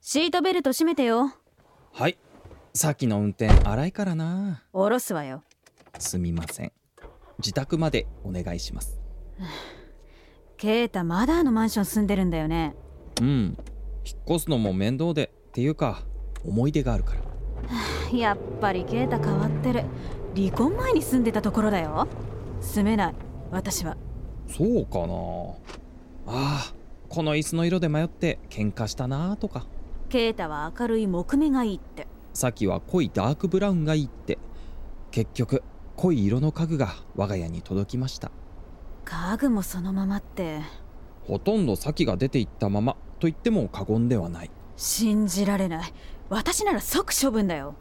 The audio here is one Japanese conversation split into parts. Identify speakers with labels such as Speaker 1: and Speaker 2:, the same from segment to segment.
Speaker 1: シートベルト閉めてよ
Speaker 2: はいさっきの運転荒いからな
Speaker 1: 下ろすわよ
Speaker 2: すみません自宅までお願いします
Speaker 1: ケイタまだあのマンション住んでるんだよね
Speaker 2: うん引っ越すのも面倒でっていうか思い出があるから
Speaker 1: やっぱりケイタ変わってる離婚前に住んでたところだよ住めない私は
Speaker 2: そうかなああこの椅子の色で迷って喧嘩したなとか
Speaker 1: ケイタは明るい木目がいいって
Speaker 2: さっきは濃いダークブラウンがいいって結局濃い色の家具が我が家に届きました
Speaker 1: 家具もそのままって
Speaker 2: ほとんど先が出ていったままと言っても過言ではない
Speaker 1: 信じられない私なら即処分だよ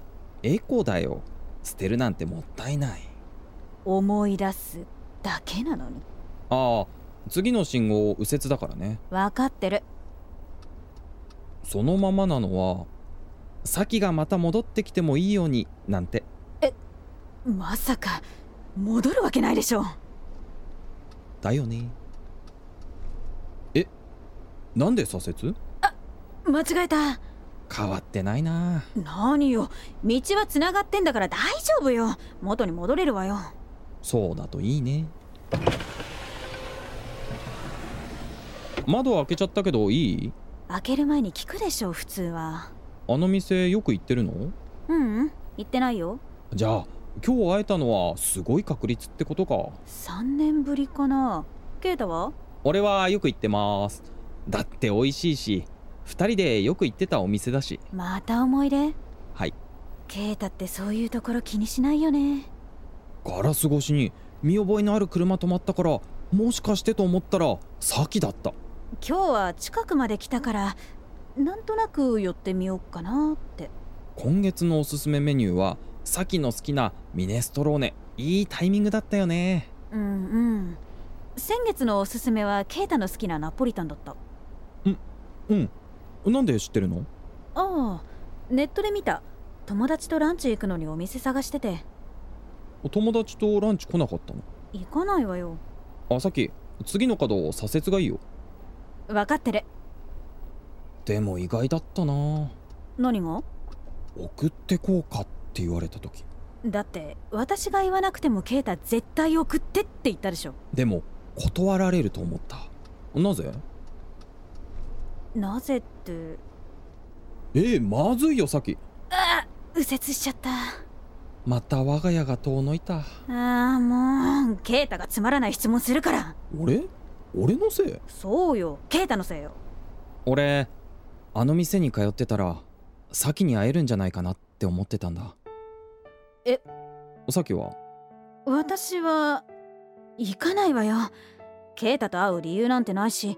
Speaker 2: エコだよ捨てるなんてもったいない
Speaker 1: 思い出すだけなのに
Speaker 2: ああ次の信号右折だからね
Speaker 1: 分かってる
Speaker 2: そのままなのは先がまた戻ってきてもいいようになんて
Speaker 1: まさか戻るわけないでしょ
Speaker 2: だよねえなんで左折
Speaker 1: 間違えた
Speaker 2: 変わってないな
Speaker 1: 何よ道はつながってんだから大丈夫よ元に戻れるわよ
Speaker 2: そうだといいね窓開けちゃったけどいい
Speaker 1: 開ける前に聞くでしょ普通は
Speaker 2: あの店よく行ってるの
Speaker 1: ううん言ってないよ
Speaker 2: じゃあ今日会えたのはすごい確率ってことか
Speaker 1: 3年ぶりかなケイタは
Speaker 2: 俺はよく行ってますだって美味しいし2人でよく行ってたお店だし
Speaker 1: また思い出
Speaker 2: はい
Speaker 1: ケイタってそういうところ気にしないよね
Speaker 2: ガラス越しに見覚えのある車止まったからもしかしてと思ったら先だった
Speaker 1: 今日は近くまで来たからなんとなく寄ってみようかなって
Speaker 2: 今月のおすすめメニューはさきの好きなミネストローネいいタイミングだったよね
Speaker 1: うんうん先月のおすすめはケイタの好きなナポリタンだったあ
Speaker 2: うんなんで知ってるの
Speaker 1: あネットで見た友達とランチ行くのにお店探してて
Speaker 2: お友達とランチ来なかったの
Speaker 1: 行かないわよ
Speaker 2: あさき次の角を左折がいいよ
Speaker 1: 分かってる
Speaker 2: でも意外だったな
Speaker 1: 何が
Speaker 2: 送ってこうかって言われた時
Speaker 1: だって私が言わなくてもケイタ絶対送ってって言ったでしょ
Speaker 2: でも断られると思ったなぜ
Speaker 1: なぜって
Speaker 2: えまずいよさき
Speaker 1: 右折しちゃった
Speaker 2: また我が家が遠のいた
Speaker 1: ああもうケイタがつまらない質問するから
Speaker 2: 俺俺のせい
Speaker 1: そうよケイタのせいよ
Speaker 2: 俺あの店に通ってたら先に会えるんじゃないかなって思ってたんだ
Speaker 1: え
Speaker 2: さきは
Speaker 1: 私は行かないわよケイタと会う理由なんてないし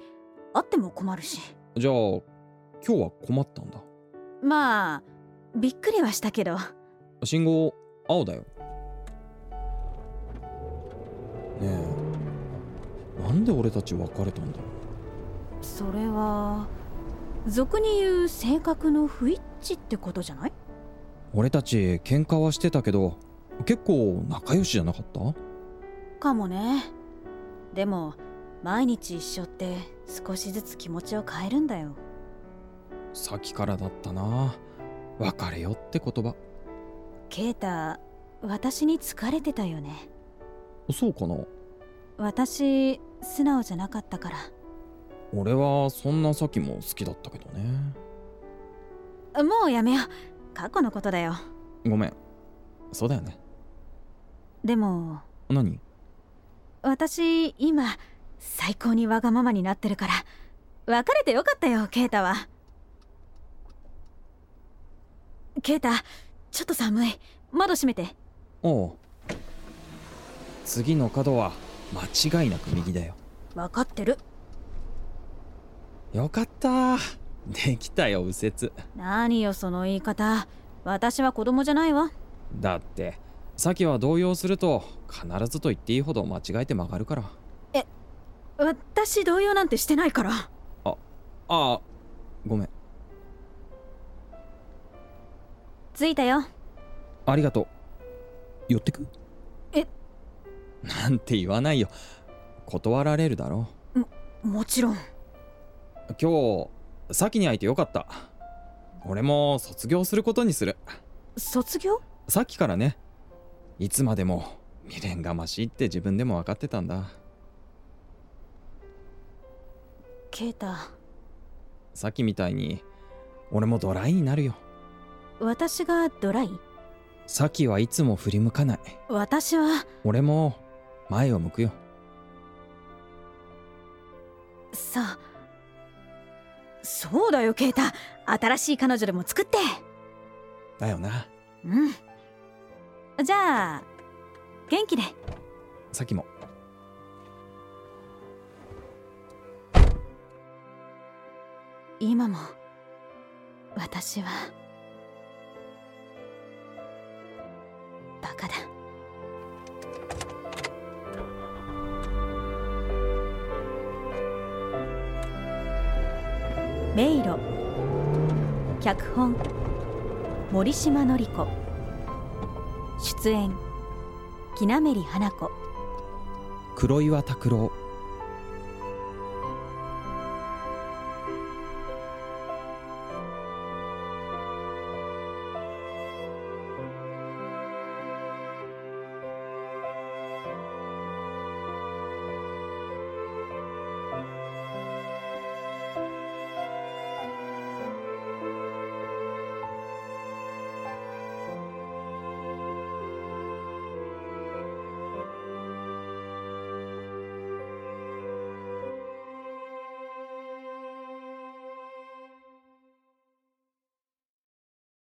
Speaker 1: 会っても困るし
Speaker 2: じゃあ今日は困ったんだ
Speaker 1: まあびっくりはしたけど
Speaker 2: 信号青だよねえなんで俺たち別れたんだ
Speaker 1: それは俗に言う性格の不一致ってことじゃない
Speaker 2: 俺たち喧嘩はしてたけど結構仲良しじゃなかった
Speaker 1: かもねでも毎日一緒って少しずつ気持ちを変えるんだよ
Speaker 2: さっきからだったな別れよって言葉
Speaker 1: ケイタ私に疲れてたよね
Speaker 2: そうかな
Speaker 1: 私素直じゃなかったから
Speaker 2: 俺はそんなさきも好きだったけどね
Speaker 1: もうやめよう過去のことだよ
Speaker 2: ごめんそうだよね
Speaker 1: でも
Speaker 2: 何
Speaker 1: 私今最高にわがままになってるから別れてよかったよケイタはケイタちょっと寒い窓閉めて
Speaker 2: おう次の角は間違いなく右だよ
Speaker 1: 分かってる
Speaker 2: よかったできたよ右折
Speaker 1: 何よその言い方私は子供じゃないわ
Speaker 2: だってさきは動揺すると必ずと言っていいほど間違えて曲がるから
Speaker 1: 私動揺なんてしてないから
Speaker 2: ああごめん
Speaker 1: 着いたよ
Speaker 2: ありがとう寄ってく
Speaker 1: え
Speaker 2: なんて言わないよ断られるだろ
Speaker 1: もちろん
Speaker 2: 今日さきに会えてよかった俺も卒業することにする
Speaker 1: 卒業
Speaker 2: さっきからねいつまでも未練がましいって自分でも分かってたんだ
Speaker 1: ケイタ
Speaker 2: さっきみたいに俺もドライになるよ
Speaker 1: 私がドライ
Speaker 2: さきはいつも振り向かない
Speaker 1: 私は
Speaker 2: 俺も前を向くよ
Speaker 1: さそうだよケイタ新しい彼女でも作って
Speaker 2: だよな
Speaker 1: うんじゃあ元気で
Speaker 2: さきも
Speaker 1: 今も私はバカだ迷路脚本森島紀子出演きなめり花子
Speaker 2: 黒岩拓郎